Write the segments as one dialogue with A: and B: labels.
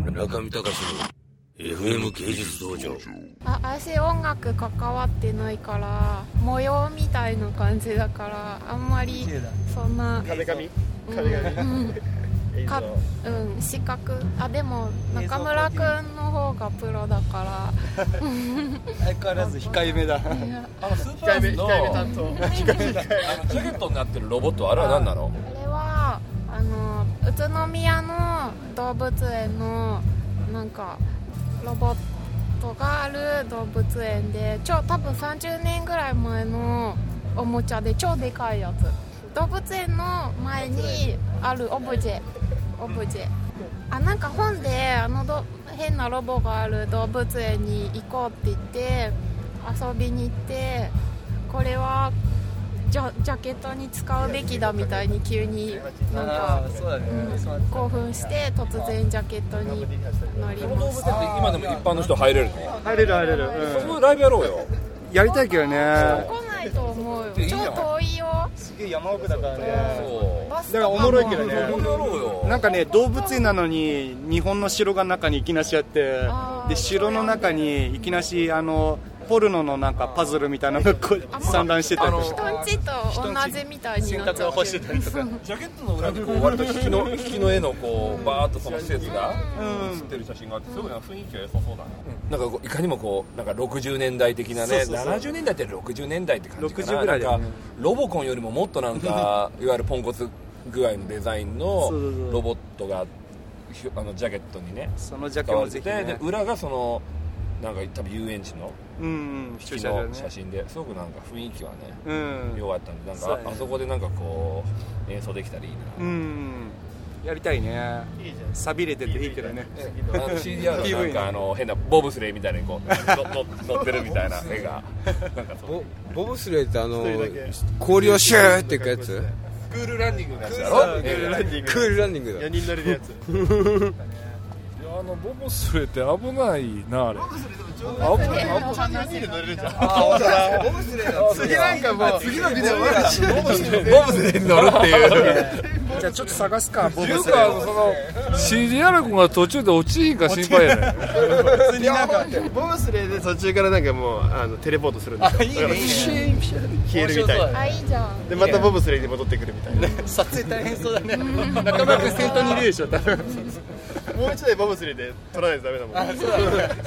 A: 村上隆の FM 芸術道場
B: あ私音楽関わってないから模様みたいな感じだからあんまりそんな
C: 壁紙
B: うん
C: 壁紙
B: うんかうん資格あでも中村くんの方がプロだか
D: 相変わらず控えめだ
B: らいや
E: あのスーパ
C: 控えめ
E: ーズの
C: 控えめ担当
E: あのジャケットになってるロボットあれは何なの
B: あれはあの宇都宮の動物園のなんかロボットがある動物園で超多分30年ぐらい前のおもちゃで超でかいやつ動物園の前にあるオブジェオブジェあなんか本であのど変なロボがある動物園に行こうって言って遊びに行ってこれはジャジャケットに使うべきだみたいに急にな
D: あ
B: んか
D: あ、そうだね、
B: うん興奮して突然ジャケットになり
E: この動
B: ま
E: 物園
B: す
E: って今でも一般の人入れるの
C: 入れる入れる、
E: そこでライブやろうよ
F: やりたいけどねだか
B: 来ないと思うよ
E: いいじ
B: 超
E: ゃん
B: 遠いよ
D: すげえ山奥だから
E: そう
D: ね
B: バスと
F: ら
B: か
F: お
B: も
F: もろいけど
E: そこ
F: ね
E: でやろうよ
F: なんかね動物園なのに日本の城が中にいきなしあって
B: あー
F: で城の中にいきなしあのポルノのなんかパズルみたいなのがこう散乱してたりして
B: 人んちと同じみたいになっちゃう
D: 干してたりとか
E: ジャケットの裏にこう割と引きの引きの絵のこうバーっとその施設が
F: うん
E: 写ってる写真があってすごいな雰囲気が良さそうだな、なんかこういかにもこうなんか60年代的なね
F: そうそうそう
E: 70年代って60年代って感じかな
F: 60ぐらいだよね
E: なんかロボコンよりももっとなんか いわゆるポンコツ具合のデザイン
F: そ
E: の
F: うそうそう
E: ロボットがひあのジャケットにね
F: そのジャケ
E: 使わ
F: も
E: れ
F: ぜ
E: て
F: ひ
E: て、
F: ね
E: で裏がそのなんか多分遊園地の
F: うんうん
E: 引
F: 駐
E: き
F: 車場
E: の
F: ね
E: 写真ですごくなんか雰囲気はね
F: うん
E: 良かったんでなん
F: そう
E: か
F: だね
E: ああそこでなんかこう演奏できたらいいな、
F: うんやりたいね
C: いいじゃん
F: さびれてていいけどね
E: あの CDR のなんかあの変なボブスレーみたいにこうのの乗ってるみたいな絵がなんかそう
A: ボボブスレーってあの
C: 一人だけ
A: 氷をシューっていくやつ
E: クールランディングのやつだ
D: そう
E: ろ
D: クールランディン
A: ク
D: グ
A: ールランニングだ
C: 4人乗りのやつ
G: あのボブスレーって危 ないなあれ
C: ちゃん4人で乗れるじゃん
D: ボブスレーだ
C: 次なんかもう次のビデオは
A: ボブスレーに乗るって いう
F: じゃあちょっと探すかボ
G: て
F: ブ
G: いう
F: スレー
G: かその CDR 君が途中で落ちひんか心配やね
D: 普通になんか
C: ボブスレーで途中からなんかもうあのテレポートするんですよ
D: いいねいいね
C: 消えるみたいな
B: あいいじゃん
C: でまたボブスレーに戻ってくるみたいな
D: 撮影大変そうだね中村君先頭にいるでしょ多分
C: もう一台ボブスレーで撮らないとダメだもん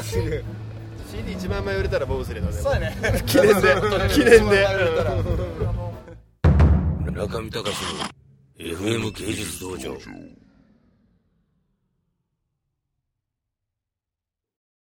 C: CD 一番前売れたらボブスレーだね
D: そうだね
C: 記念で記念で
A: 村上隆の FM 芸術道場